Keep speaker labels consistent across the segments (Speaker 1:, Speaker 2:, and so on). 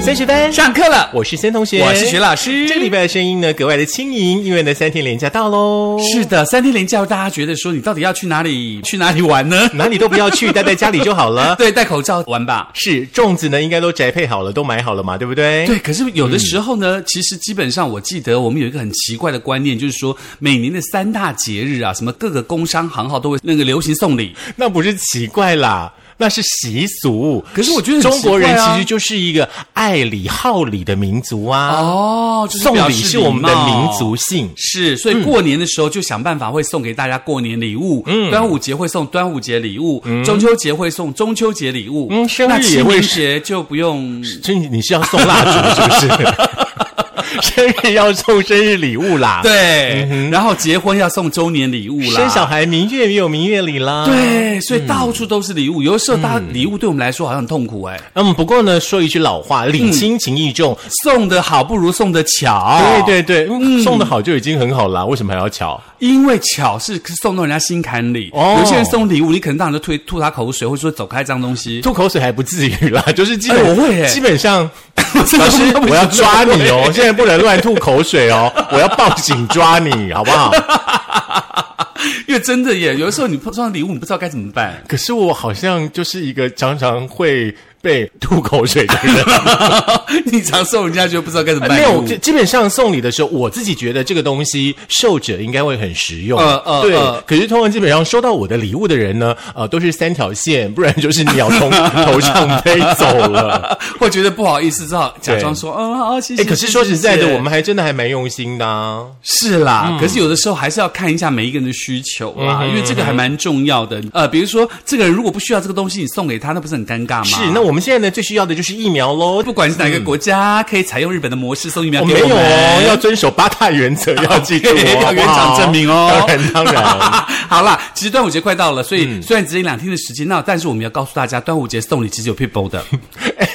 Speaker 1: 三十分，
Speaker 2: 上课了，
Speaker 1: 我是森同学，
Speaker 2: 我是徐老师。
Speaker 1: 这个礼拜的声音呢，格外的轻盈，因为呢，三天连假到喽。
Speaker 2: 是的，三天连假，大家觉得说你到底要去哪里？去哪里玩呢？
Speaker 1: 哪里都不要去，待在家里就好了。
Speaker 2: 对，戴口罩玩吧。
Speaker 1: 是粽子呢，应该都宅配好了，都买好了嘛，对不对？
Speaker 2: 对，可是有的时候呢，其实基本上我记得我们有一个很奇怪的观念，就是说每年的三大节日啊，什么各个工商行号都会那个流行送礼。
Speaker 1: 那不是奇怪啦，那是习俗。
Speaker 2: 可是我觉得很
Speaker 1: 中国人
Speaker 2: 奇怪啊
Speaker 1: 其实就是一个爱礼好礼的民族啊。
Speaker 2: 哦，就是
Speaker 1: 送
Speaker 2: 表
Speaker 1: 礼
Speaker 2: 示
Speaker 1: 是我们的
Speaker 2: 貌嗯
Speaker 1: 民族性。
Speaker 2: 是，所以过年的时候就想办法会送给大家过年礼物，端午节会送端午节礼物，中秋节会送中秋节礼物，
Speaker 1: 嗯生日
Speaker 2: 那清
Speaker 1: 也会
Speaker 2: 明节就不用。
Speaker 1: 所以你是要送蜡烛是 不是？生日要送生日礼物啦，，
Speaker 2: 对，然后结婚要送周年礼物啦，
Speaker 1: 生小孩明月也有明月礼啦，。
Speaker 2: 对，所以到处都是礼物。有的时候，大家礼物对我们来说好像很痛苦哎、
Speaker 1: 嗯，不过呢，说一句老话，礼轻情意重。
Speaker 2: 送的好不如送的巧，
Speaker 1: 对对对，嗯送的好就已经很好啦，为什么还要巧？
Speaker 2: 对，因为巧是送到人家心坎里。
Speaker 1: 哦
Speaker 2: 有些人送礼物，你可能当然就吐吐他口水，或者说走开脏东西。
Speaker 1: 吐口水还不至于啦， 就是基本、
Speaker 2: 哎我会耶
Speaker 1: 基本上，
Speaker 2: 老
Speaker 1: 老师 我要抓你哦，现在不能乱吐口水哦， 我要报警抓你，好不好？
Speaker 2: 因为真的耶，有的时候你碰上礼物，你不知道该怎么办。
Speaker 1: 可是我好像就是一个常常会被吐口水的人。
Speaker 2: 你常送人家，就不知道该怎么办。
Speaker 1: 呃没有，
Speaker 2: 礼物
Speaker 1: 基基本上送礼的时候，我自己觉得这个东西受者应该会很实用。
Speaker 2: 呃呃
Speaker 1: 对。
Speaker 2: 呃
Speaker 1: 可是通常基本上收到我的礼物的人呢，呃，都是三条线，不然就是鸟从头上飞走了。
Speaker 2: 会觉得不好意思，只好假装说，嗯，好，谢 谢。
Speaker 1: 哎，可是说实在
Speaker 2: 谢
Speaker 1: 的，
Speaker 2: 谢
Speaker 1: 我们还真的还蛮用心的、啊。
Speaker 2: 是啦，可是有的时候还是要看一下每一个人的需求
Speaker 1: 嗯
Speaker 2: 啦，因为这个还蛮重要的。呃，比如说这个人如果不需要这个东西，你送给他，那不是很尴尬吗？
Speaker 1: 是，那我们现在呢最需要的就是疫苗喽。
Speaker 2: 不管是哪个国家，可以采用日本的模式送疫苗
Speaker 1: 我
Speaker 2: 给
Speaker 1: 没有
Speaker 2: 们。
Speaker 1: 哦， 要遵守八大原 则，要记住、
Speaker 2: OK，
Speaker 1: 哦，
Speaker 2: 要
Speaker 1: 好不
Speaker 2: 原
Speaker 1: 好
Speaker 2: 厂证明哦
Speaker 1: 当然，当然。 嗯
Speaker 2: 好啦，其实端午节快到了，所以、虽然只有两天的时间，那但是我们要告诉大家，端午节送礼其实有 people 的，
Speaker 1: 哎，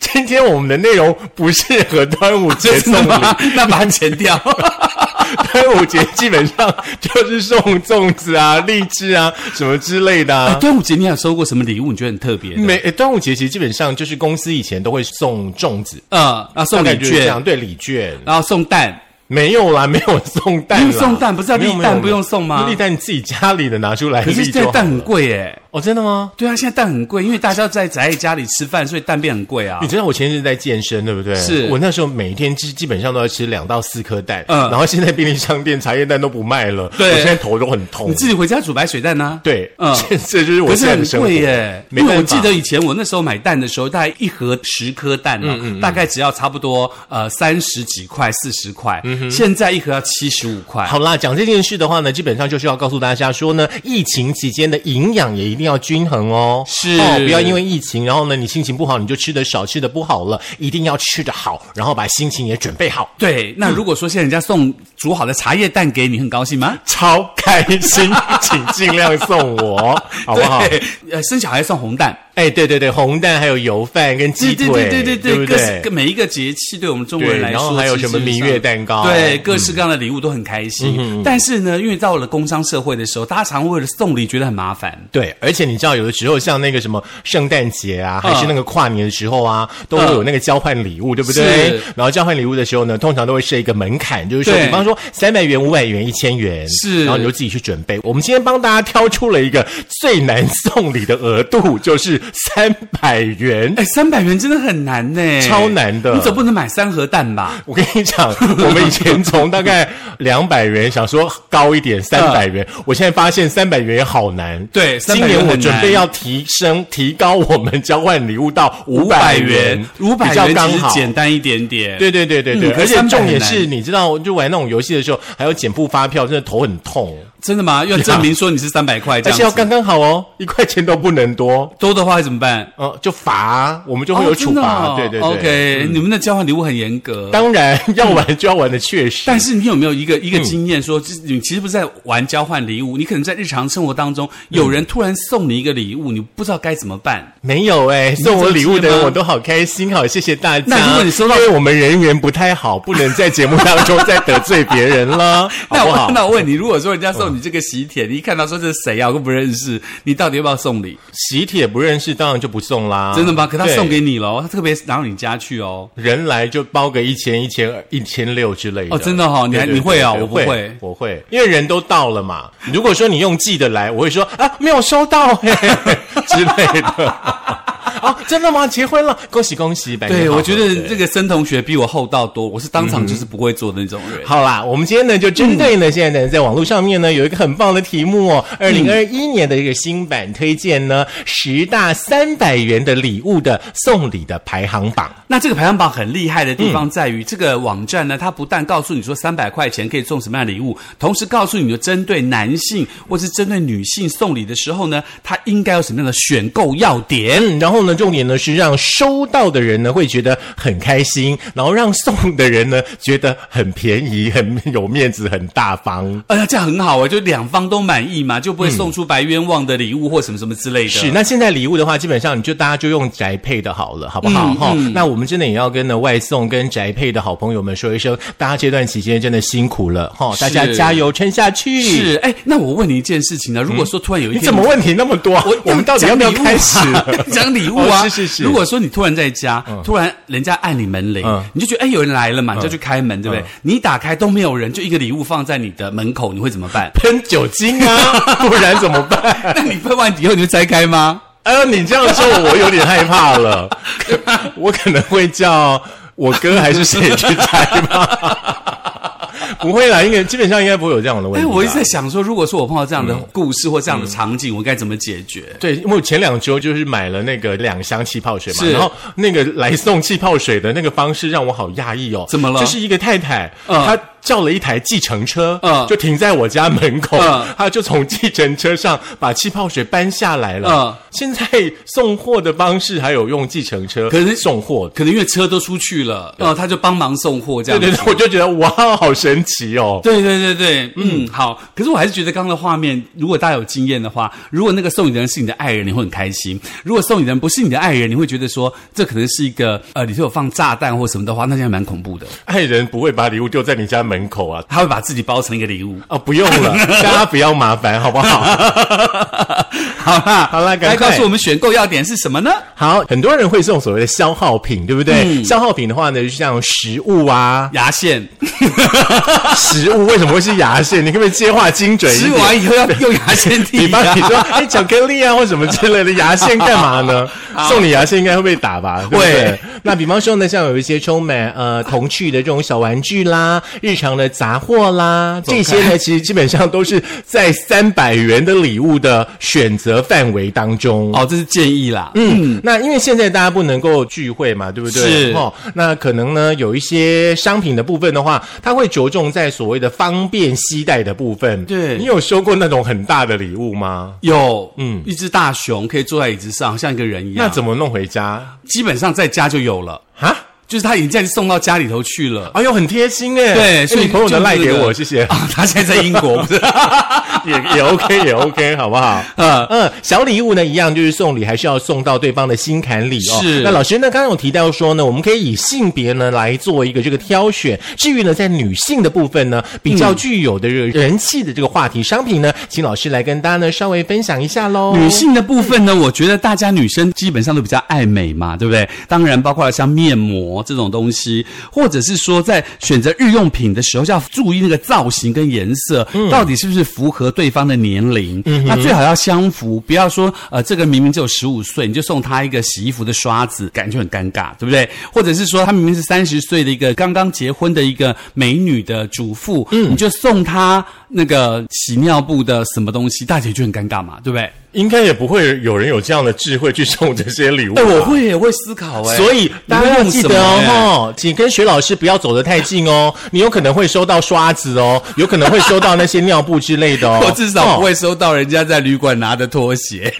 Speaker 1: 今天我们的内容不适合端午 节
Speaker 2: 真
Speaker 1: 送
Speaker 2: 的
Speaker 1: 礼。
Speaker 2: 吗？ 那把它剪掉。
Speaker 1: 端午节基本上就是送粽子啊、荔枝啊什么之类的、
Speaker 2: 哎
Speaker 1: 啊。
Speaker 2: 端午节你有收过什么礼物？你觉得很特别的？
Speaker 1: 每诶端午节其实基本上就是公司以前都会送粽子，
Speaker 2: 呃，啊，送
Speaker 1: 大概
Speaker 2: 礼
Speaker 1: 就是这样
Speaker 2: 券，
Speaker 1: 对礼券
Speaker 2: 然后送蛋，
Speaker 1: 没有啦， 没有送蛋
Speaker 2: 不
Speaker 1: 啦，
Speaker 2: 是送蛋不是要
Speaker 1: 没有
Speaker 2: 立
Speaker 1: 没有
Speaker 2: 蛋
Speaker 1: 没有
Speaker 2: 不用送吗
Speaker 1: 立蛋你自己家里的拿出来
Speaker 2: 可
Speaker 1: 立
Speaker 2: 是现
Speaker 1: 就
Speaker 2: 在
Speaker 1: 好
Speaker 2: 蛋很贵耶。
Speaker 1: 哦，真的吗？
Speaker 2: 对啊，现在蛋很贵，因为大家在宅在家里吃饭，所以蛋变很贵啊
Speaker 1: 你。知道我前阵子在健身，对不对？
Speaker 2: 是
Speaker 1: 我那时候每天基基本上都要吃两到四颗蛋，
Speaker 2: 嗯
Speaker 1: 然后现在便利商店茶叶蛋都不卖了，
Speaker 2: 对
Speaker 1: 我现在头都很痛
Speaker 2: 你。自己回家煮白水蛋呢、
Speaker 1: 对，
Speaker 2: 嗯
Speaker 1: 这这就是我
Speaker 2: 可是
Speaker 1: 现在的
Speaker 2: 很
Speaker 1: 生活
Speaker 2: 贵耶，
Speaker 1: 没
Speaker 2: 因为我
Speaker 1: 办
Speaker 2: 记
Speaker 1: 法。
Speaker 2: 得以前我那时候买蛋的时候，大概一盒十颗蛋
Speaker 1: 嗯
Speaker 2: 啊，大概只要差不多呃三十几块、四十块，现在一盒要七十五块。
Speaker 1: 嗯好啦，讲这件事的话呢，基本上就是要告诉大家说呢，疫情期间的营养也一定要均衡哦，
Speaker 2: 是
Speaker 1: 哦，不要因为疫情，然后呢你心情不好，你就吃的少，吃的不好了，一定要吃的好，然后把心情也准备好，
Speaker 2: 对，那如果说现在人家送煮好的茶叶蛋给你，很高兴吗？
Speaker 1: 超开心，请尽量送我，好不好？
Speaker 2: 对？呃，生小孩送红蛋，
Speaker 1: 哎，对对对，红蛋还有油饭跟鸡
Speaker 2: 对
Speaker 1: 腿，
Speaker 2: 对对对
Speaker 1: 对不
Speaker 2: 各式
Speaker 1: 对
Speaker 2: 各？每一个节气对我们中国
Speaker 1: 对
Speaker 2: 人来
Speaker 1: 然后
Speaker 2: 说，
Speaker 1: 还有
Speaker 2: 其实
Speaker 1: 什么
Speaker 2: 上
Speaker 1: 明月蛋糕啊嗯
Speaker 2: 对，各式各样的礼物都很开心。但是呢，因为到了工商社会的时候，大家常为了送礼觉得很麻烦。
Speaker 1: 对，而且你知道，有的时候像那个什么圣诞节啊，
Speaker 2: 嗯
Speaker 1: 还是那个跨年的时候啊，都会有那个交换礼物，对不对
Speaker 2: 嗯是？
Speaker 1: 然后交换礼物的时候呢，通常都会设一个门槛，就是说，
Speaker 2: 对
Speaker 1: 比方说三百元、五百元、一千元，
Speaker 2: 是
Speaker 1: 然后你就自己去准备。我们今天帮大家挑出了一个最难送礼的额度，就是三百元。
Speaker 2: 哎，三百元真的很难呢，
Speaker 1: 超难的
Speaker 2: 你总不能买三盒蛋吧？
Speaker 1: 我跟你 讲，我们以前从大概两百元想说高一点三百元，我现在发现三百元也好难。
Speaker 2: 嗯对300
Speaker 1: 今年
Speaker 2: 元
Speaker 1: 我
Speaker 2: 很
Speaker 1: 准
Speaker 2: 难
Speaker 1: 备要提升提高我们交换礼物到五百元，
Speaker 2: 五百
Speaker 1: 比较
Speaker 2: 元
Speaker 1: 刚
Speaker 2: 其实
Speaker 1: 好。
Speaker 2: 简单一点点。
Speaker 1: 对对对对对，
Speaker 2: 嗯可
Speaker 1: 而
Speaker 2: 是
Speaker 1: 且
Speaker 2: 300
Speaker 1: 重点
Speaker 2: 很
Speaker 1: 是，你知道，就玩那种游戏的时候，还要剪布发票，真的头很痛，
Speaker 2: 真的吗？要证明说你是三百块这
Speaker 1: 而
Speaker 2: 样
Speaker 1: 且
Speaker 2: 子，
Speaker 1: 要刚刚好哦，一块钱都不能多，
Speaker 2: 多的话会怎么办？
Speaker 1: 呃，就罚啊，我们就会有
Speaker 2: 哦
Speaker 1: 处
Speaker 2: 真的
Speaker 1: 罚。
Speaker 2: 哦
Speaker 1: 对对对嗯
Speaker 2: OK，你们的交换礼物很严格。
Speaker 1: 当然 要玩就要玩的确实。
Speaker 2: 但是你有没有一个一个经验说，就是你其实不是在玩交换礼物，你可能在日常生活当中，有人突然送你一个礼物，你不知道该怎么办。
Speaker 1: 没有哎、
Speaker 2: 有
Speaker 1: 送我礼物的
Speaker 2: 这么气吗
Speaker 1: 人我都好开心，好谢谢大家。
Speaker 2: 那如果你收到
Speaker 1: 因为我们人缘不太好，不能在节目当中再得罪别人了，好
Speaker 2: 那
Speaker 1: 不
Speaker 2: 我
Speaker 1: 好？
Speaker 2: 那我问你，如果说人家送你这个喜帖，你一看到说这是谁啊，我都不认识，你到底要不要送礼？
Speaker 1: 喜帖不认识，当然就不送啦。
Speaker 2: 真的吗？可他
Speaker 1: 对
Speaker 2: 送给你了哦，他特别拿到你家去哦。
Speaker 1: 人来就包个一千、一千二、一千六之类的。
Speaker 2: 哦真的哦你还
Speaker 1: 对对
Speaker 2: 你会哦
Speaker 1: 对对
Speaker 2: 我不会
Speaker 1: 会，我会，因为人都到了嘛。如果说你用寄的来，我会说啊，没有收到嘿 之类的。 啊，真的吗？结婚了，恭喜恭喜！百年
Speaker 2: 对，嗯
Speaker 1: 好合
Speaker 2: 我觉得
Speaker 1: 对
Speaker 2: 这个森同学比我厚道多，我是当场就是不会做的那种人。
Speaker 1: 好啦，我们今天呢就针对呢，现在呢在网络上面呢有一个很棒的题目哦，二零二一年的一个新版推荐呢十大三百元的礼物的送礼的排行榜。
Speaker 2: 那这个排行榜很厉害的地
Speaker 1: 嗯
Speaker 2: 方在于，这个网站呢，它不但告诉你说三百块钱可以送什么样的礼物，同时告诉你说针对男性或是针对女性送礼的时候呢，它应该有什么样的选购要点。
Speaker 1: 嗯，然后呢，重点呢是让收到的人呢会觉得很开心，然后让送的人呢觉得很便宜、很有面子、很大方。
Speaker 2: 哎呀，这样很好啊，就两方都满意嘛，就不会送出白冤枉的礼物或什么什么之类的。
Speaker 1: 是，那现在礼物的话，基本上你就大家就用宅配的好了，好不好？
Speaker 2: 嗯
Speaker 1: 哈、那我们真的也要跟呢外送跟宅配的好朋友们说一声，大家这段期间真的辛苦了，哈，大家
Speaker 2: 是
Speaker 1: 加油撑下去。，
Speaker 2: 是，哎，那我问你一件事情呢，如果说突然有
Speaker 1: 嗯
Speaker 2: 一
Speaker 1: 你
Speaker 2: 天，
Speaker 1: 怎么问题那么多啊？
Speaker 2: 我
Speaker 1: 我们到底要不要开始
Speaker 2: 讲礼物
Speaker 1: 了
Speaker 2: 啊 讲礼物
Speaker 1: 哦
Speaker 2: 啊？
Speaker 1: 是是是
Speaker 2: 如果说你突然在家，突然人家按你门铃
Speaker 1: 嗯，？
Speaker 2: 你就觉得哎有人来了嘛，你就去开门，对不对？你一打开都没有人，就一个礼物放在你的门口，你会怎么办
Speaker 1: 喷酒精 啊？不然怎么办？
Speaker 2: 那你喷完以后你就拆开吗？
Speaker 1: 呃，你这样说，我有点害怕 了。可我可能会叫我哥还是谁去拆吧。 不会啦，应该基本上应该不会有这样的问
Speaker 2: 哎，
Speaker 1: 题啦。
Speaker 2: 我一直在想说，如果说我碰到这样的
Speaker 1: 嗯
Speaker 2: 故事或这样的场景，我该怎么解决？
Speaker 1: 对，因为我前两周就是买了那个两箱气泡水嘛，
Speaker 2: 是
Speaker 1: 然后那个来送气泡水的那个方式让我好讶异哦。
Speaker 2: 怎么了
Speaker 1: 就是一个太太，
Speaker 2: 嗯
Speaker 1: 她叫了一台计程车，
Speaker 2: 嗯
Speaker 1: 就停在我家门口，
Speaker 2: 嗯
Speaker 1: 她就从计程车上把气泡水搬下来了。
Speaker 2: 嗯
Speaker 1: 现在送货的方式还有用计程车，
Speaker 2: 可是
Speaker 1: 送货的。
Speaker 2: 可能因为车都出去了，然后他就帮忙送货这
Speaker 1: 对
Speaker 2: 样子
Speaker 1: 嗯对。对，我就觉得哇，好神奇哦！
Speaker 2: 对对对对，嗯，好。可是我还是觉得刚刚的画面，如果大家有经验的话，如果那个送你的人是你的爱人，你会很开心；如果送你的人不是你的爱人，你会觉得说这可能是一个呃里头有放炸弹或什么的话，那这样蛮恐怖的。
Speaker 1: 爱人不会把礼物丢在你家门口啊。
Speaker 2: 他会把自己包成一个礼物。
Speaker 1: 啊，不用 了，大家不要麻烦，好不 好？
Speaker 2: 好啦，
Speaker 1: 好啦赶
Speaker 2: 来
Speaker 1: 快
Speaker 2: 告诉我们选购要点是什么呢？，
Speaker 1: 好，很多人会送所谓的消耗品，对不对？消耗品的话呢，就像食物啊
Speaker 2: 牙线，
Speaker 1: 食物为什么会是牙线？你可不可以接话精准一
Speaker 2: 吃
Speaker 1: 点？
Speaker 2: 完以后要用牙线
Speaker 1: 比
Speaker 2: 剔
Speaker 1: 方你
Speaker 2: 牙。
Speaker 1: 说，哎，巧克力啊，或什么之类的，牙线干嘛呢？送你牙线应该会被打吧？对不对
Speaker 2: 会。
Speaker 1: 那比方说呢，像有一些充满呃童趣的这种小玩具啦，日常的杂货啦，这些呢，其实基本上都是在三百元的礼物的选择范围当中。
Speaker 2: 哦，这是建议啦。
Speaker 1: 嗯，那因为现在大家不能够聚会嘛，对不对？
Speaker 2: 是
Speaker 1: 哦，那可能呢有一些商品的部分的话，它会着重在所谓的方便携带的部分。
Speaker 2: 对
Speaker 1: 你有收过那种很大的礼物吗？
Speaker 2: 有，嗯，一只大熊可以坐在椅子上，像一个人一样。
Speaker 1: 那怎么弄回家
Speaker 2: 基本上在家就有了，
Speaker 1: 啊？
Speaker 2: 就是他已经这样送到家里头去了。
Speaker 1: 哎呦，很贴心哎！
Speaker 2: 对，
Speaker 1: 哎
Speaker 2: 所以
Speaker 1: 你朋友的
Speaker 2: 就
Speaker 1: 赖
Speaker 2: 这
Speaker 1: 给
Speaker 2: 个
Speaker 1: 我，谢谢。
Speaker 2: 啊，他现在在英国，不是？
Speaker 1: 也也 OK，也 OK，好不好？
Speaker 2: 嗯
Speaker 1: 嗯，小礼物呢，一样就是送礼，还是要送到对方的心坎里哦。
Speaker 2: 是
Speaker 1: 那老师呢，刚刚有提到说呢，我们可以以性别呢来做一个这个挑选。至于呢，在女性的部分呢，比较具有的这个人气的这个话题商品呢，请老师来跟大家呢稍微分享一下喽。
Speaker 2: 女性的部分呢，我觉得大家女生基本上都比较爱美嘛，对不对？当然包括了像面膜这种东西，或者是说在选择日用品的时候，就要注意那个造型跟颜色，到底是不是符合对方的年龄。那最好要相符，不要说呃这个明明只有十五岁，你就送他一个洗衣服的刷子，感觉很尴尬，对不对？或者是说他明明是三十岁的一个刚刚结婚的一个美女的主妇，你就送她那个洗尿布的什么东西，大姐就很尴尬嘛，对不对？
Speaker 1: 应该也不会有人有这样的智慧去送这些礼物吧。
Speaker 2: 哎、我会耶，我会思考哎，
Speaker 1: 所以大家要记得
Speaker 2: 你会用什么耶。
Speaker 1: 哦，吼请跟徐老师不要走得太近哦，你有可能会收到刷子哦，有可能会收到那些尿布之类的 哦
Speaker 2: 。我至
Speaker 1: 哦
Speaker 2: 少不会收到人家在旅馆拿的拖鞋，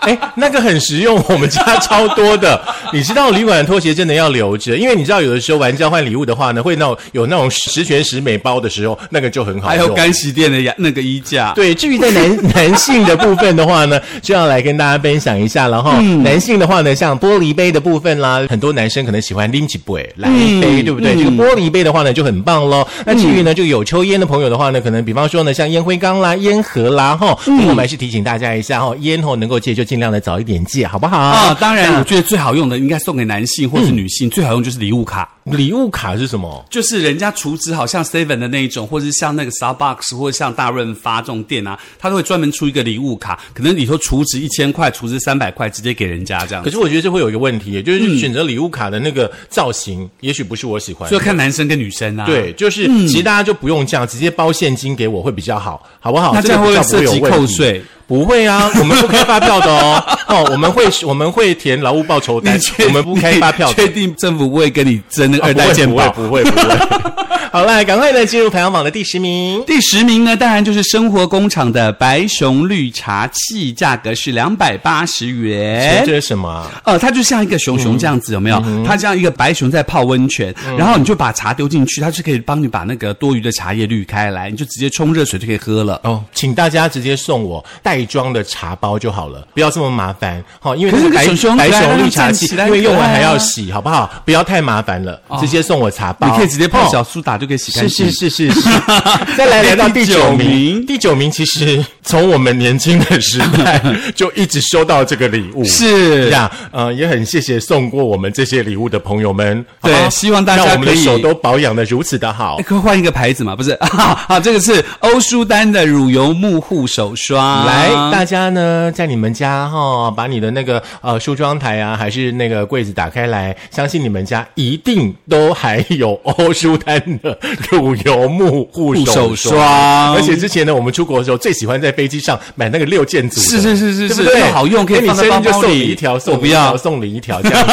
Speaker 1: 哎，那个很实用，我们家超多的。你知道旅馆的拖鞋真的要留着，因为你知道有的时候玩交换礼物的话呢，会那种有那种十全十美包的时候，那个就很好
Speaker 2: 还
Speaker 1: 用。
Speaker 2: 有干洗店的呀那个衣架，
Speaker 1: 对，至于在男男性的部分的话呢，就要来跟大家分享一下了哈。男性的话呢，像玻璃杯的部分啦，很多男生可能喜欢拎起杯来一杯，对不对？这个玻璃杯的话呢，就很棒喽。那至于呢，就有抽烟的朋友的话呢，可能比方说呢，像烟灰缸啦、烟盒啦哈，不过我们还是提醒大家一下哈，烟吼能够戒就尽量的早一点戒，好不好？
Speaker 2: 啊、当然，我觉得最好用的应该送给男性或是女性，最好用就是礼物卡，
Speaker 1: 礼物卡是什么？
Speaker 2: 就是人家厨子好像 Seven 的那一种，或者是像那个 Starbucks 或者像大润发这种店啊，他都会专门出一个礼物卡，可能里头厨子一千块，厨子三百块，直接给人家这样
Speaker 1: 可。是我觉得这会有一个问题，也就是选择礼物卡的那个造型，也许不是我喜欢的。
Speaker 2: 所以看男生跟女生啊，，
Speaker 1: 对，就是、其实大家就不用这样，直接包现金给我会比较好，好不好？
Speaker 2: 那这样
Speaker 1: 个比较
Speaker 2: 会不
Speaker 1: 不
Speaker 2: 会涉
Speaker 1: 有
Speaker 2: 及
Speaker 1: 问
Speaker 2: 扣
Speaker 1: 题
Speaker 2: 税？
Speaker 1: 不会啊，我们不开发票的哦。 哦，我们会我们会填劳务报酬单
Speaker 2: 你，确
Speaker 1: 我们不开发票的
Speaker 2: 确定政府不会跟你争那个
Speaker 1: 啊
Speaker 2: 二代健保？
Speaker 1: 不会不会不会。不 会好啦，赶快来进入排行榜的第十名。
Speaker 2: 第十名呢，当然就是生活工厂的白熊绿茶器，价格是两百八十元。
Speaker 1: 这是嗯什么啊？
Speaker 2: 呃，它就像一个熊熊这样子，有没有？它像一个白熊在泡温泉，
Speaker 1: 嗯
Speaker 2: 然后你就把茶丢进去，它就可以帮你把那个多余的茶叶滤开来，你就直接冲热水就可以喝了。
Speaker 1: 哦，请大家直接送我袋装的茶包就好了，不要这么麻烦。好、因为
Speaker 2: 可是
Speaker 1: 那个
Speaker 2: 那
Speaker 1: 白
Speaker 2: 个熊熊
Speaker 1: 白
Speaker 2: 可爱
Speaker 1: 熊
Speaker 2: 让
Speaker 1: 绿
Speaker 2: 它
Speaker 1: 茶
Speaker 2: 站
Speaker 1: 器，
Speaker 2: 起来
Speaker 1: 因为
Speaker 2: 很
Speaker 1: 用
Speaker 2: 可
Speaker 1: 完
Speaker 2: 爱
Speaker 1: 还要
Speaker 2: 啊哦
Speaker 1: 洗，好不好？不要太麻烦了，直接送我茶包。
Speaker 2: 你可以直接泡
Speaker 1: 哦
Speaker 2: 小苏打就可以洗干
Speaker 1: 是
Speaker 2: 净。
Speaker 1: 是是是是， 再来来到第九名， 第九名其实从我们年轻的时代就一直收到这个礼物，
Speaker 2: 是
Speaker 1: 呀，呃，也很谢谢送过我们这些礼物的朋友们，好不好
Speaker 2: 对希望大家
Speaker 1: 让我们的
Speaker 2: 可以
Speaker 1: 手都保养的如此的好
Speaker 2: 哎。可以换一个牌子嘛？不是啊，这个是欧舒丹的乳油木护手霜。
Speaker 1: 来，大家呢，在你们家哈、把你的那个呃梳妆台啊，还是那个柜子打开来，相信你们家一定都还有欧舒丹的乳油木护
Speaker 2: 护
Speaker 1: 手
Speaker 2: 手
Speaker 1: 霜。
Speaker 2: 霜
Speaker 1: 而且之前呢，我们出国的时候最喜欢在飞机上买那个六件组的，
Speaker 2: 是是是是
Speaker 1: 对不
Speaker 2: 是
Speaker 1: 对？
Speaker 2: 又好用可以
Speaker 1: 哎你
Speaker 2: 放在
Speaker 1: 生日
Speaker 2: 包
Speaker 1: 就
Speaker 2: 包
Speaker 1: 送你
Speaker 2: 里
Speaker 1: 一条，送
Speaker 2: 我
Speaker 1: 你
Speaker 2: 不
Speaker 1: 一条
Speaker 2: 要
Speaker 1: 送你一条，这样子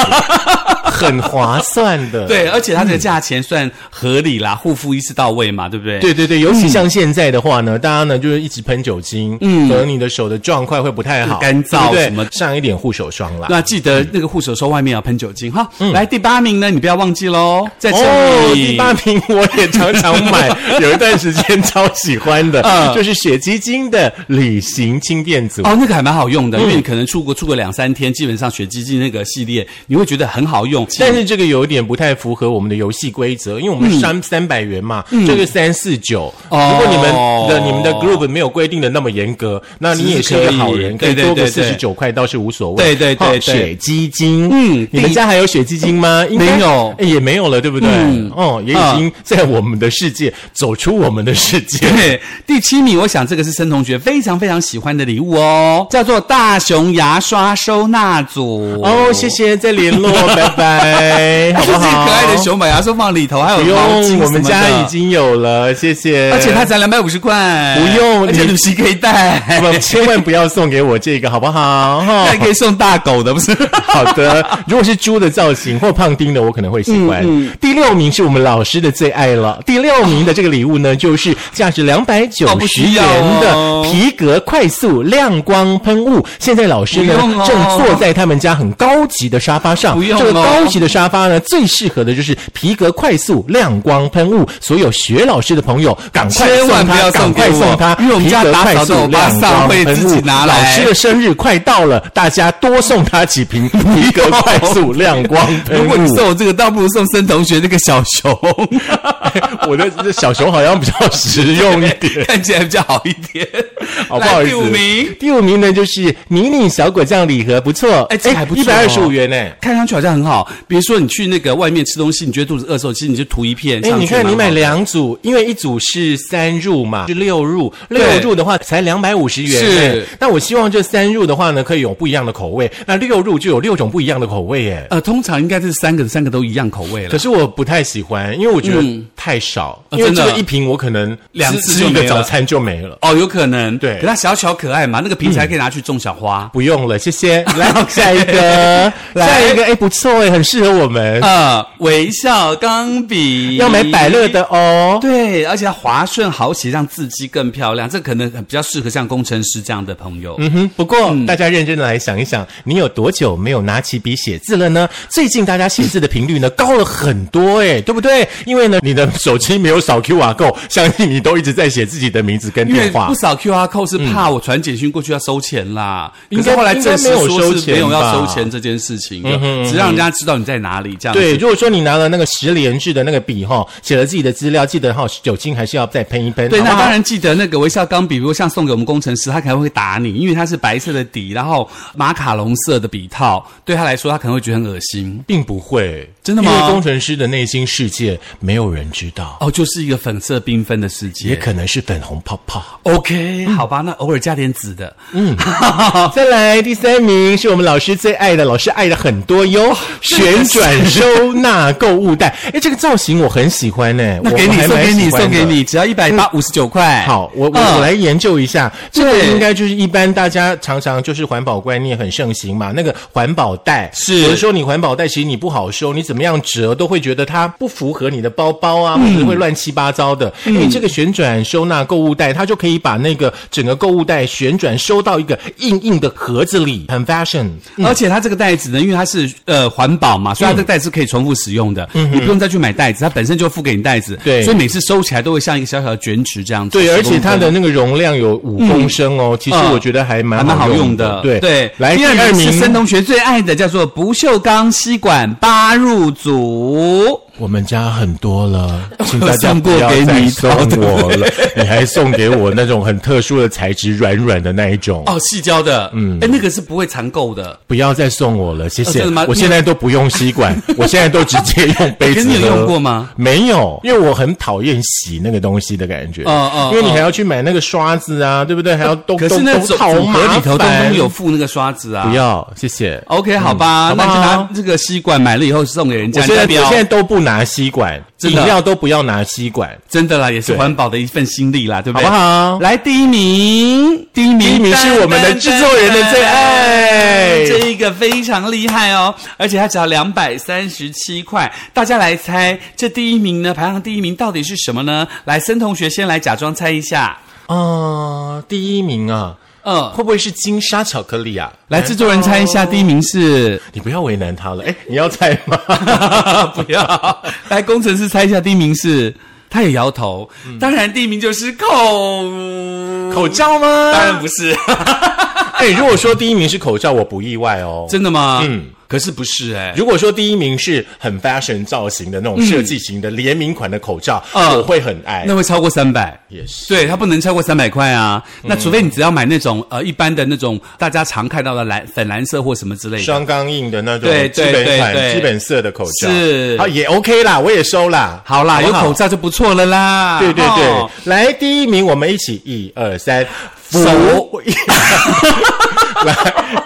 Speaker 1: 很划算的。
Speaker 2: 对，而且它这个价钱算合理啦，护肤一次到位嘛，对不对？
Speaker 1: 对对对，尤其像现在的话呢，大家呢就是一直喷酒精，嗯，可能你的手的状况会不太好，
Speaker 2: 干
Speaker 1: 对
Speaker 2: 燥
Speaker 1: 不对
Speaker 2: 什么
Speaker 1: 上一点护手霜啦。
Speaker 2: 那记得那个护手霜外面要喷酒精哈。来第八名呢，你不要忘记喽，在这里、
Speaker 1: 嗯哦，第八名我也常常 买，有一段时间超喜欢的，
Speaker 2: 嗯
Speaker 1: 就是雪肌精的旅行轻便组。
Speaker 2: 哦，那个还蛮好用
Speaker 1: 嗯
Speaker 2: 的，因为你可能出国出个两三天，基本上雪肌精那个系列，你会觉得很好用。
Speaker 1: 但是这个有点不太符合我们的游戏规则，因为我们三三百元嘛，这个三四九。如
Speaker 2: 嗯哦
Speaker 1: 果你们的你们的 group 没有规定的那么严格，那你也是一个好人，
Speaker 2: 其
Speaker 1: 可以
Speaker 2: 实可以
Speaker 1: 多个
Speaker 2: 对
Speaker 1: 四
Speaker 2: 对
Speaker 1: 十
Speaker 2: 对
Speaker 1: 九块倒是无所谓。
Speaker 2: 对对对
Speaker 1: 哦
Speaker 2: 对
Speaker 1: 雪肌精，
Speaker 2: 嗯
Speaker 1: 你们
Speaker 2: 第
Speaker 1: 家还有雪肌精吗？应该
Speaker 2: 没有嗯啊
Speaker 1: 哎也没有了，对不对？哦，也已经在我们的世界走出我们的世界。
Speaker 2: 对，第七名，我想这个是森同学非常非常喜欢的礼物哦，叫做大熊牙刷收纳组。
Speaker 1: 哦，谢谢，再联络，拜 拜，哎好
Speaker 2: 它
Speaker 1: 不
Speaker 2: 就是一
Speaker 1: 好？
Speaker 2: 个可爱的。熊把牙刷放里头，还有
Speaker 1: 不
Speaker 2: 毛巾什
Speaker 1: 用，
Speaker 2: 么
Speaker 1: 我们家
Speaker 2: 的
Speaker 1: 已，经有了，谢谢。
Speaker 2: 而且它才两百五十块，
Speaker 1: 不用
Speaker 2: 而且
Speaker 1: 你
Speaker 2: 旅行可以带，
Speaker 1: 不，千万不要送给我这个，好不好？哈、
Speaker 2: 还可以送大狗的，不是？
Speaker 1: 好的。如果是猪的造型或胖丁的，我可能会喜欢。
Speaker 2: 嗯
Speaker 1: 第六名是我们老师的最爱了。第六名的这个礼物呢，就是价值两百九
Speaker 2: 哦不
Speaker 1: 十
Speaker 2: 需要
Speaker 1: 元的
Speaker 2: 哦
Speaker 1: 皮革快速亮光喷雾。现在老师呢、
Speaker 2: 不用哦
Speaker 1: 正坐在他们家很高级的沙发上。
Speaker 2: 不用哦
Speaker 1: 这个高级的沙发呢，最适合的就是皮革快速亮光喷雾。所有学老师的朋友，赶快
Speaker 2: 千
Speaker 1: 送
Speaker 2: 万不
Speaker 1: 他，
Speaker 2: 要
Speaker 1: 赶
Speaker 2: 送给我
Speaker 1: 快送他，
Speaker 2: 因为我们家
Speaker 1: 皮革
Speaker 2: 打
Speaker 1: 快
Speaker 2: 扫
Speaker 1: 速
Speaker 2: 的欧巴
Speaker 1: 亮光
Speaker 2: 桑会
Speaker 1: 喷雾
Speaker 2: 自己拿
Speaker 1: 老
Speaker 2: 来
Speaker 1: 师的生日快到了，大家多送他几瓶皮革快速亮光喷雾。
Speaker 2: 如果你送我这个，倒不如送森同学那个小熊，
Speaker 1: 我的这小熊好像比较实用一点，
Speaker 2: 看起来比较好一点，
Speaker 1: 好不好意思？
Speaker 2: 来第五名，
Speaker 1: 第五名呢就是迷你小果酱礼盒，不错，
Speaker 2: 哎这还不错
Speaker 1: 一百二十五元呢、
Speaker 2: 看上去好像很好。比如说你去那个外面吃东西，你觉得肚子饿的时候，其实你就涂一片
Speaker 1: 哎，
Speaker 2: 上去。
Speaker 1: 你看
Speaker 2: 蛮
Speaker 1: 你
Speaker 2: 好
Speaker 1: 买
Speaker 2: 的
Speaker 1: 两组，因为一组是三入嘛，是六入，六
Speaker 2: 对
Speaker 1: 入的话才两百五十元。
Speaker 2: 是
Speaker 1: 哎，那我希望这三入的话呢，可以有不一样的口味，那六入就有六种不一样的口味耶。
Speaker 2: 呃，通常应该是三个三个都一样口味
Speaker 1: 可
Speaker 2: 了。
Speaker 1: 是我不太喜欢，因为我觉得太少，
Speaker 2: 啊
Speaker 1: 因为
Speaker 2: 真
Speaker 1: 这
Speaker 2: 的
Speaker 1: 个一瓶我可能
Speaker 2: 两
Speaker 1: 吃
Speaker 2: 次
Speaker 1: 吃
Speaker 2: 就
Speaker 1: 一个
Speaker 2: 没了
Speaker 1: 早餐就没了。
Speaker 2: 哦，有可能
Speaker 1: 对嗯
Speaker 2: 可它小巧可爱嘛，那个瓶子还可以拿去种小花。
Speaker 1: 不用了，谢谢。来，下一个下一个，哎，不错哎，很适合我们，
Speaker 2: 呃，微笑钢笔
Speaker 1: 要买百乐的哦。
Speaker 2: 对，而且要滑顺好写，让字迹更漂亮。这可能比较适合像工程师这样的朋友。
Speaker 1: 嗯哼，不过、大家认真的来想一想，你有多久没有拿起笔写字了呢？最近大家写字的频率呢高了很多哎、对不对？因为呢，你的手机没有扫 QR code，相信你都一直在写自己的名字跟
Speaker 2: 因为
Speaker 1: 电话
Speaker 2: 不。扫 QR code 是怕我传简讯过去要收钱啦，
Speaker 1: 嗯应
Speaker 2: 可
Speaker 1: 该
Speaker 2: 是后来证实
Speaker 1: 应该没有
Speaker 2: 说
Speaker 1: 收
Speaker 2: 是
Speaker 1: 钱
Speaker 2: 没有要
Speaker 1: 吧嗯
Speaker 2: 收钱这件事情的，只让人家知道你在哪里这样子。
Speaker 1: 对，如果说你拿了那个十连制的那个笔哈，写了自己的资料，记得哈酒精还是要再喷一喷。
Speaker 2: 对，
Speaker 1: 好不
Speaker 2: 那
Speaker 1: 好
Speaker 2: 当然记得那个微笑钢笔，如果像送给我们工程师，他可能会打你，因为它是白色的底，然后马卡龙色的笔套，对他来说他可能会觉得很恶心。
Speaker 1: 并不会，
Speaker 2: 真的吗
Speaker 1: 因为工程师的内心世界没有人知道，
Speaker 2: 哦，就是一个粉色缤纷的世
Speaker 1: 也
Speaker 2: 界。
Speaker 1: 可能是粉红泡泡。
Speaker 2: OK，、好
Speaker 1: 嗯
Speaker 2: 吧，那偶尔加点紫的。嗯，
Speaker 1: 再来第三名是我们老师最爱的，老师爱的很多 哟，旋转收纳购物袋。哎，这个造型我很喜欢呢、
Speaker 2: 那
Speaker 1: 我
Speaker 2: 给你
Speaker 1: 我还
Speaker 2: 送
Speaker 1: 蛮
Speaker 2: 给你
Speaker 1: 喜欢
Speaker 2: 送给
Speaker 1: 的
Speaker 2: 你，只要一百八五十九块。
Speaker 1: 好，我我、
Speaker 2: 嗯
Speaker 1: 我来研究一下，这个
Speaker 2: 对
Speaker 1: 应该就是一般大家常常就是环保观念很盛行嘛，那个环保袋
Speaker 2: 是
Speaker 1: 有的时候你环保袋其实你不好收，你怎么样折都会觉得它不符合你的包包啊，或者会乱七八糟的。因为这个旋转收纳购物袋，它就可以把那个整个购物袋旋转收到一个硬硬的盒子里，很 fashion。
Speaker 2: 而且它这个袋子呢，因为它是呃环保
Speaker 1: 嗯
Speaker 2: 嘛，所以它这个袋子是可以重复使用的，你不用再去买袋子，它本身就付给你袋子，
Speaker 1: 对
Speaker 2: 所以每次收起来都会像一个小小的卷尺这样子。
Speaker 1: 对，而
Speaker 2: 10
Speaker 1: 且它
Speaker 2: 公分
Speaker 1: 的那个容量有五公升哦，其实我觉得嗯还蛮
Speaker 2: 还蛮好用
Speaker 1: 用
Speaker 2: 的，
Speaker 1: 对
Speaker 2: 对。
Speaker 1: 来
Speaker 2: 第
Speaker 1: 第二
Speaker 2: 名
Speaker 1: 名
Speaker 2: 是森同学最爱的，叫做不锈钢吸管八入组。
Speaker 1: 我们家很多 了，请大家
Speaker 2: 送
Speaker 1: 不
Speaker 2: 过
Speaker 1: 要
Speaker 2: 给
Speaker 1: 再
Speaker 2: 你
Speaker 1: 送
Speaker 2: 的对不
Speaker 1: 我了。 你还送给我那种很特殊的材质，软软的那一种，
Speaker 2: 哦，细胶的，嗯，哎，那个是不会残垢的。
Speaker 1: 不要再送我了，谢
Speaker 2: 哦真
Speaker 1: 谢
Speaker 2: 的吗。
Speaker 1: 我现在都不用吸 管，我现在都直接用杯子
Speaker 2: 可是
Speaker 1: 喝。
Speaker 2: 你有用过吗？
Speaker 1: 没有，因为我很讨厌洗那个东西的感觉。
Speaker 2: 哦哦
Speaker 1: 因为你还要去买那个刷子啊，对不对？还要都
Speaker 2: 可
Speaker 1: 都
Speaker 2: 是那
Speaker 1: 都
Speaker 2: 组
Speaker 1: 好
Speaker 2: 组
Speaker 1: 麻
Speaker 2: 合
Speaker 1: 烦。
Speaker 2: 里头当中有哦附那个刷子啊。
Speaker 1: 不要，谢谢。
Speaker 2: OK，好吧，
Speaker 1: 嗯
Speaker 2: 那
Speaker 1: 好不
Speaker 2: 就
Speaker 1: 好
Speaker 2: 拿这个吸管买了以后送给人
Speaker 1: 我
Speaker 2: 家。
Speaker 1: 现在
Speaker 2: 你要
Speaker 1: 我
Speaker 2: 不
Speaker 1: 现在
Speaker 2: 要
Speaker 1: 都不拿吸管，
Speaker 2: 真
Speaker 1: 饮
Speaker 2: 的
Speaker 1: 料都不要拿吸管。
Speaker 2: 真的啦，也是
Speaker 1: 对
Speaker 2: 环保的一份心力啦，对不对？
Speaker 1: 好不好
Speaker 2: 来，第一名，第一名，
Speaker 1: 第一名是我们的制作人的最爱
Speaker 2: 这一个非常厉害哦，而且它只要两百三十七块。大家来猜，这第一名呢，排行第一名到底是什么呢？来，森同学先来假装猜一下。
Speaker 1: 啊、第一名啊，
Speaker 2: 嗯，
Speaker 1: 会不会是金沙巧克力啊？
Speaker 2: 来，制作人猜一下，第一名是？
Speaker 1: 你不要为难他了。哎，你要猜吗？
Speaker 2: 不要。来，工程师猜一下，第一名是？嗯他也摇头。当然，第一名就是口
Speaker 1: 口，罩吗？
Speaker 2: 当然不是。
Speaker 1: 哎，如果说第一名是口罩，我不意外哦。
Speaker 2: 真的吗？
Speaker 1: 嗯，
Speaker 2: 可是不是哎、
Speaker 1: 如果说第一名是很 fashion 造型的那种设计型的联名款的口罩，
Speaker 2: 嗯
Speaker 1: 我会很爱。
Speaker 2: 那会超过三百。
Speaker 1: 也是
Speaker 2: 对，它不能超过三百块啊。那除非你只要买那种呃一般的那种大家常看到的蓝粉蓝色或什么之类的。
Speaker 1: 双钢印的那种
Speaker 2: 对
Speaker 1: 基
Speaker 2: 对
Speaker 1: 本
Speaker 2: 对对
Speaker 1: 款、基本色的口罩，
Speaker 2: 是
Speaker 1: 好也 OK 啦，我也收啦。
Speaker 2: 好啦，
Speaker 1: 不
Speaker 2: 有口罩就不错了啦。
Speaker 1: 对对对，
Speaker 2: 哦
Speaker 1: 来第一名，我们一起一二三，福
Speaker 2: 手。
Speaker 1: 来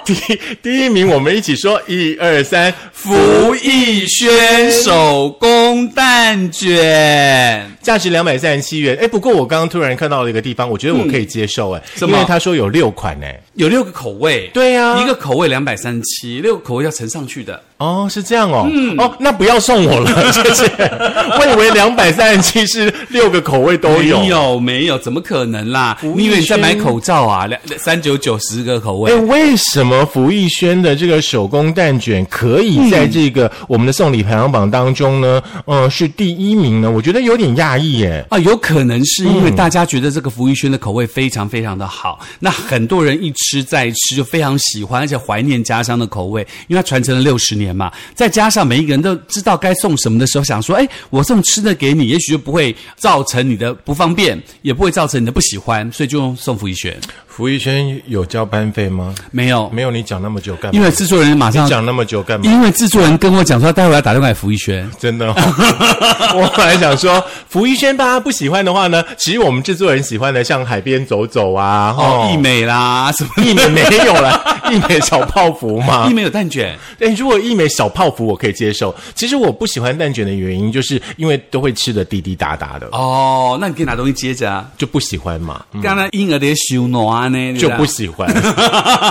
Speaker 1: 第第一名，我们一起说一二三，福。
Speaker 2: 福逸轩手工蛋卷，
Speaker 1: 价值两百三十七元，哎，不过我刚刚突然看到了一个地方，我觉得我可以接受，哎、
Speaker 2: 嗯什么
Speaker 1: 因为他说有六款，哎，
Speaker 2: 有六个口味。
Speaker 1: 对呀
Speaker 2: 一个口味两百三十七，六个口味要乘上去的。
Speaker 1: 哦，是这样哦，
Speaker 2: 嗯
Speaker 1: 哦，那不要送我了，谢谢。 我以为两百三十七是六个口味都有，
Speaker 2: 没有没有，怎么可能啦？
Speaker 1: 逸轩
Speaker 2: 你以为你在买口罩啊？两三九九十个口味
Speaker 1: 哎，，为什么福逸轩的这个手工蛋卷可以在这个我们的送礼排行榜当中呢？呃，是第一名呢？我觉得有点讶异耶。
Speaker 2: 啊，有可能是因为
Speaker 1: 嗯
Speaker 2: 大家觉得这个福玉轩的口味非常非常的好，那很多人一吃再吃就非常喜欢，而且怀念家乡的口味，因为它传承了六十年嘛。再加上每一个人都知道该送什么的时候，想说，哎，我送吃的给你，也许就不会造成你的不方便，也不会造成你的不喜欢，所以就用送福玉轩。
Speaker 1: 福逸轩有交班费吗？
Speaker 2: 没有，
Speaker 1: 没有，你讲那么久干
Speaker 2: 因
Speaker 1: 嘛？
Speaker 2: 为制作人马上
Speaker 1: 你，讲那么久干嘛？
Speaker 2: 因为制作人跟我讲说，待会要打电话给福玉轩。
Speaker 1: 真的、哦， 我本来想说福逸轩大家不喜欢的话呢，其实我们制作人喜欢的，像海边走走啊，
Speaker 2: 哦，
Speaker 1: 一
Speaker 2: 易美啦，什么
Speaker 1: 一啊美没有 啦，一美小泡芙嘛
Speaker 2: 易。美有蛋卷，
Speaker 1: 哎，如果一美小泡芙我可以接受，其实我不喜欢蛋卷的原因，就是因为都会吃的滴滴答答的，
Speaker 2: 哦，那你可以拿东西接着啊。
Speaker 1: 就不喜欢嘛，
Speaker 2: 刚才婴儿的修暖呢，
Speaker 1: 就不喜欢，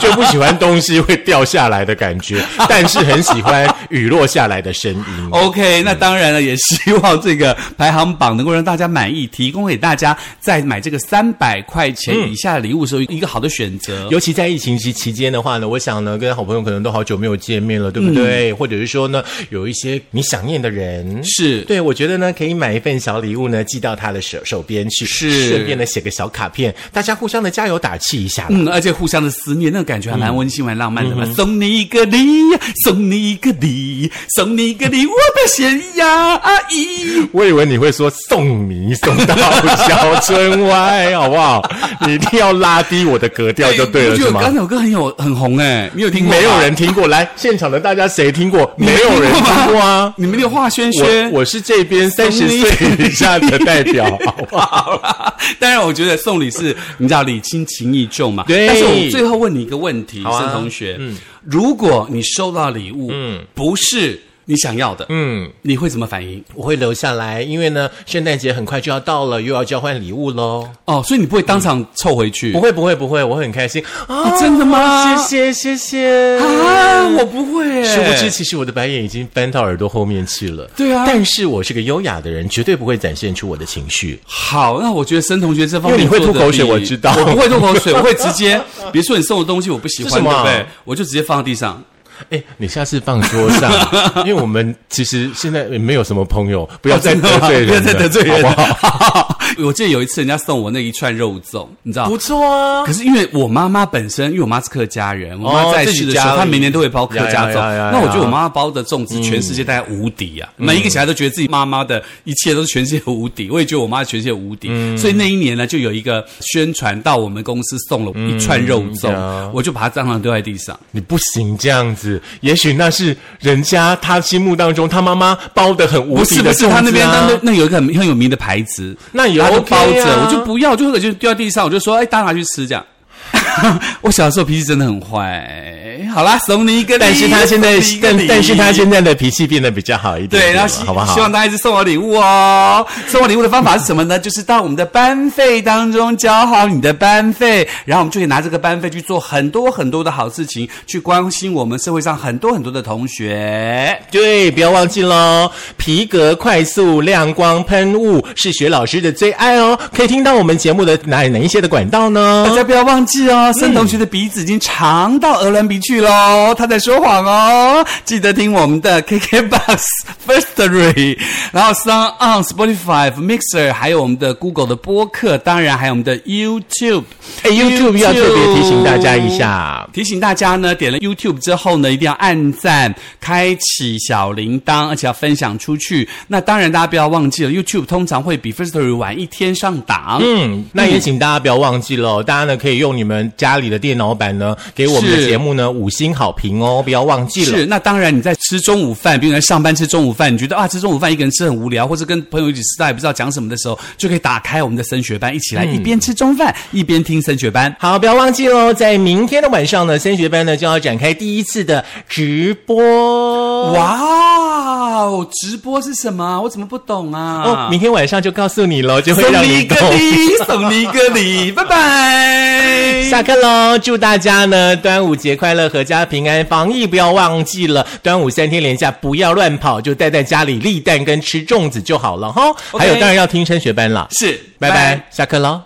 Speaker 1: 就不喜欢东西会掉下来的感觉，但是很喜欢雨落下来的声音。
Speaker 2: OK，那当然了，也希望这个排行榜能够让大家满意，提供给大家在买这个三百块钱以下的礼物的时候一个好的选择。
Speaker 1: 尤其在疫情期期间的话呢，我想呢，跟好朋友可能都好久没有见面了，对不
Speaker 2: 嗯
Speaker 1: 对？或者是说呢，有一些你想念的人，
Speaker 2: 是
Speaker 1: 对我觉得呢，可以买一份小礼物呢，寄到他的手手边去，
Speaker 2: 是
Speaker 1: 顺便呢写个小卡片，大家互相的加油打气一下啦。
Speaker 2: 嗯，而且互相的思念，那个感觉还蛮温馨、蛮浪漫的嘛。送你一个礼，送你一个礼，送你一个礼，我的咸鸭阿姨。
Speaker 1: 我以为你会说送你送到小村歪，好不好？你一定要拉低我的格调就对了，
Speaker 2: 哎我觉
Speaker 1: 是
Speaker 2: 得
Speaker 1: 吗？
Speaker 2: 刚才有歌很有很红哎，你有听过吗？
Speaker 1: 没有人听过，来现场的大家谁听过？
Speaker 2: 你
Speaker 1: 没有人听过
Speaker 2: 吗
Speaker 1: 啊！！
Speaker 2: 你们有华轩轩，
Speaker 1: 我我是这边三十岁以下的代 表，好不好？
Speaker 2: 好啦， 当然，我觉得送礼是你知道礼轻情意重嘛。
Speaker 1: 对
Speaker 2: 但是我最后问你一个问题，
Speaker 1: 好啊
Speaker 2: 盛同学，嗯，如果你收到礼物，嗯，不是你想要的，
Speaker 1: 嗯，
Speaker 2: 你会怎么反应？
Speaker 1: 我会留下来，因为呢，圣诞节很快就要到了，又要交换礼物喽。
Speaker 2: 哦，所以你不会当场凑回去？
Speaker 1: 不会，不会，不会，我很开心啊
Speaker 2: 啊真的吗
Speaker 1: 谢谢，谢谢
Speaker 2: 啊，我不会耶，
Speaker 1: 殊不知，其实我的白眼已经翻到耳朵后面去了。
Speaker 2: 对啊
Speaker 1: 但是我是个优雅的人，绝对不会展现出我的情绪。
Speaker 2: 好，那我觉得申同学这方面
Speaker 1: 因为你会
Speaker 2: 做得
Speaker 1: 吐口水
Speaker 2: 比
Speaker 1: 我知道
Speaker 2: 我不会吐口水，我会直接，比如说你送的东西我不喜
Speaker 1: 这
Speaker 2: 欢，
Speaker 1: 什么
Speaker 2: 对不
Speaker 1: 啊
Speaker 2: 对？我就直接放在地上。
Speaker 1: 哎，你下次放桌 上，因为我们其实现在没有什么朋友，不要再得罪人了，
Speaker 2: 不要再得罪
Speaker 1: 好
Speaker 2: 人
Speaker 1: 不好？
Speaker 2: 了。好 我记得有一次人家送我那一串肉粽，你知道。
Speaker 1: 不错啊
Speaker 2: 可。是因为我妈妈本身，因为我妈是客家人，我妈在世的
Speaker 1: 哦
Speaker 2: 时
Speaker 1: 自己家
Speaker 2: 候，
Speaker 1: 里
Speaker 2: 她每年都会包客家粽。
Speaker 1: 呀呀呀呀呀嗯
Speaker 2: 那我觉得我妈妈包的粽子，全世界大概无敌啊！每一个小孩都觉得自己妈妈的一切都是全世界无敌，我也觉得我妈全世界无敌。
Speaker 1: 嗯
Speaker 2: 所以那一年呢，就有一个宣传到我们公司送了一串肉粽，
Speaker 1: 嗯呀
Speaker 2: 我就把它当场丢在地上。
Speaker 1: 你不行这样子，也许那是人家他心目当中他妈妈包的很无
Speaker 2: 不
Speaker 1: 敌
Speaker 2: 是
Speaker 1: 的
Speaker 2: 不是，他那边那
Speaker 1: 呢
Speaker 2: 那那有一个很很有名的牌子，
Speaker 1: 那也
Speaker 2: 他都
Speaker 1: OK
Speaker 2: 包着，
Speaker 1: 啊
Speaker 2: 我就不要，就就丢在地上，我就说，哎，大家拿去吃这样。 我小时候脾气真的很坏，哎好啦，送你一个礼，
Speaker 1: 但是他现在
Speaker 2: 送你一个
Speaker 1: 但
Speaker 2: 礼
Speaker 1: 但是他现在的脾气变得比较好一点
Speaker 2: 对，
Speaker 1: 点
Speaker 2: 然
Speaker 1: 了，
Speaker 2: 后希
Speaker 1: 好不好？
Speaker 2: 希望大家一直送我礼物哦。送我礼物的方法是什 么呢？就是到我们的班费当中交好你的班费，然后我们就可以拿这个班费去做很多很多的好事情，去关心我们社会上很多很多的同学。
Speaker 1: 对，不要忘记喽！皮革快速亮光喷雾是雪老师的最爱哦。可以听到我们节目的哪哪一些的管道呢
Speaker 2: 大？家不要忘记哦，森同学的鼻子已经长到鹅卵鼻去喽，他在说谎哦。记得听我们的 KKBox、Firstory，然后 Sound on Spotify、Mixer，还有我们的 Google 的播客，当然还有我们的 YouTube。
Speaker 1: 哎，YouTube 要特别提醒大家一下。
Speaker 2: 提醒大家呢，点了 YouTube 之后呢，一定要按赞、开启小铃铛，而且要分享出去。那当然，大家不要忘记了，YouTube 通常会比 Firstory 晚一天上档。
Speaker 1: 嗯，那也请大家不要忘记了，哦大家呢可以用你们家里的电脑版呢，给我们的
Speaker 2: 是
Speaker 1: 节目呢五星好评哦，不要忘记了。
Speaker 2: 是，那当然你在吃中午饭，比如你在上班吃中午饭，你觉得啊吃中午饭一个人吃很无聊，或者跟朋友一起吃饭也不知道讲什么的时候，就可以打开我们的升学班，一起来一边吃中饭、一边
Speaker 1: 嗯
Speaker 2: 听升学班。
Speaker 1: 好，不要忘记喽，在明天的晚上呢，升学班呢就要展开第一次的直播。
Speaker 2: 哇哦，直播是什么啊？我怎么不懂啊？
Speaker 1: 哦，明天晚上就告诉你喽，就会
Speaker 2: 送
Speaker 1: 让
Speaker 2: 你
Speaker 1: 你
Speaker 2: 一个
Speaker 1: 懂。
Speaker 2: 礼，送你一个礼，拜拜。
Speaker 1: 下课喽！祝大家呢端午节快乐，阖家平安，防疫不要忘记了。端午三天连假不要乱跑，就待在家里立蛋跟吃粽子就好了哈。
Speaker 2: OK
Speaker 1: 还有当然要听升学班啦，
Speaker 2: 是，
Speaker 1: 拜拜，下课喽。